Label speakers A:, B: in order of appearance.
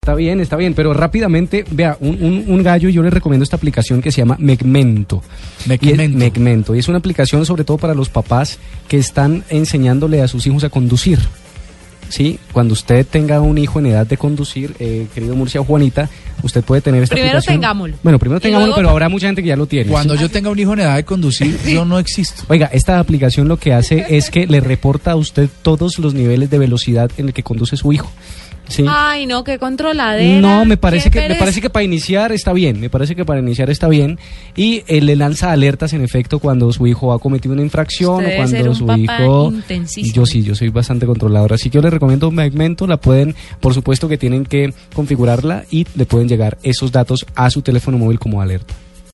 A: Está bien, está bien, pero rápidamente, vea, un, un- un gallo, yo le recomiendo esta aplicación que se llama Megmento. Y es,
B: Megmento.
A: Megmento. Y es una aplicación sobre todo para los papás que están enseñándole a sus hijos a conducir. Sí, cuando usted tenga un hijo en edad de conducir, eh, querido Murcia o Juanita, usted puede tener esta
C: Primero
A: aplicación.
C: tengámoslo.
A: Bueno, primero
C: Y
A: tengámoslo,
C: luego-
A: pero habrá mucha gente que ya lo tiene.
B: Cuando yo tenga un hijo en edad de conducir, yo no existo.
A: Oiga, esta aplicación lo que hace es que le reporta a usted todos los niveles de velocidad en el que conduce su hijo. Sí.
C: Ay, no, qué controladera.
A: No, me parece
C: qué
A: que me parece que para iniciar está bien, me parece que para iniciar está bien y eh, le lanza alertas en efecto cuando su hijo ha cometido una infracción
C: Usted
A: o
C: debe
A: cuando
C: ser un
A: su
C: papá
A: hijo
C: intensísimo.
A: Yo sí, yo soy bastante controlador, así que yo les recomiendo Megmento, la pueden, por supuesto que tienen que configurarla y le pueden llegar esos datos a su teléfono móvil como alerta.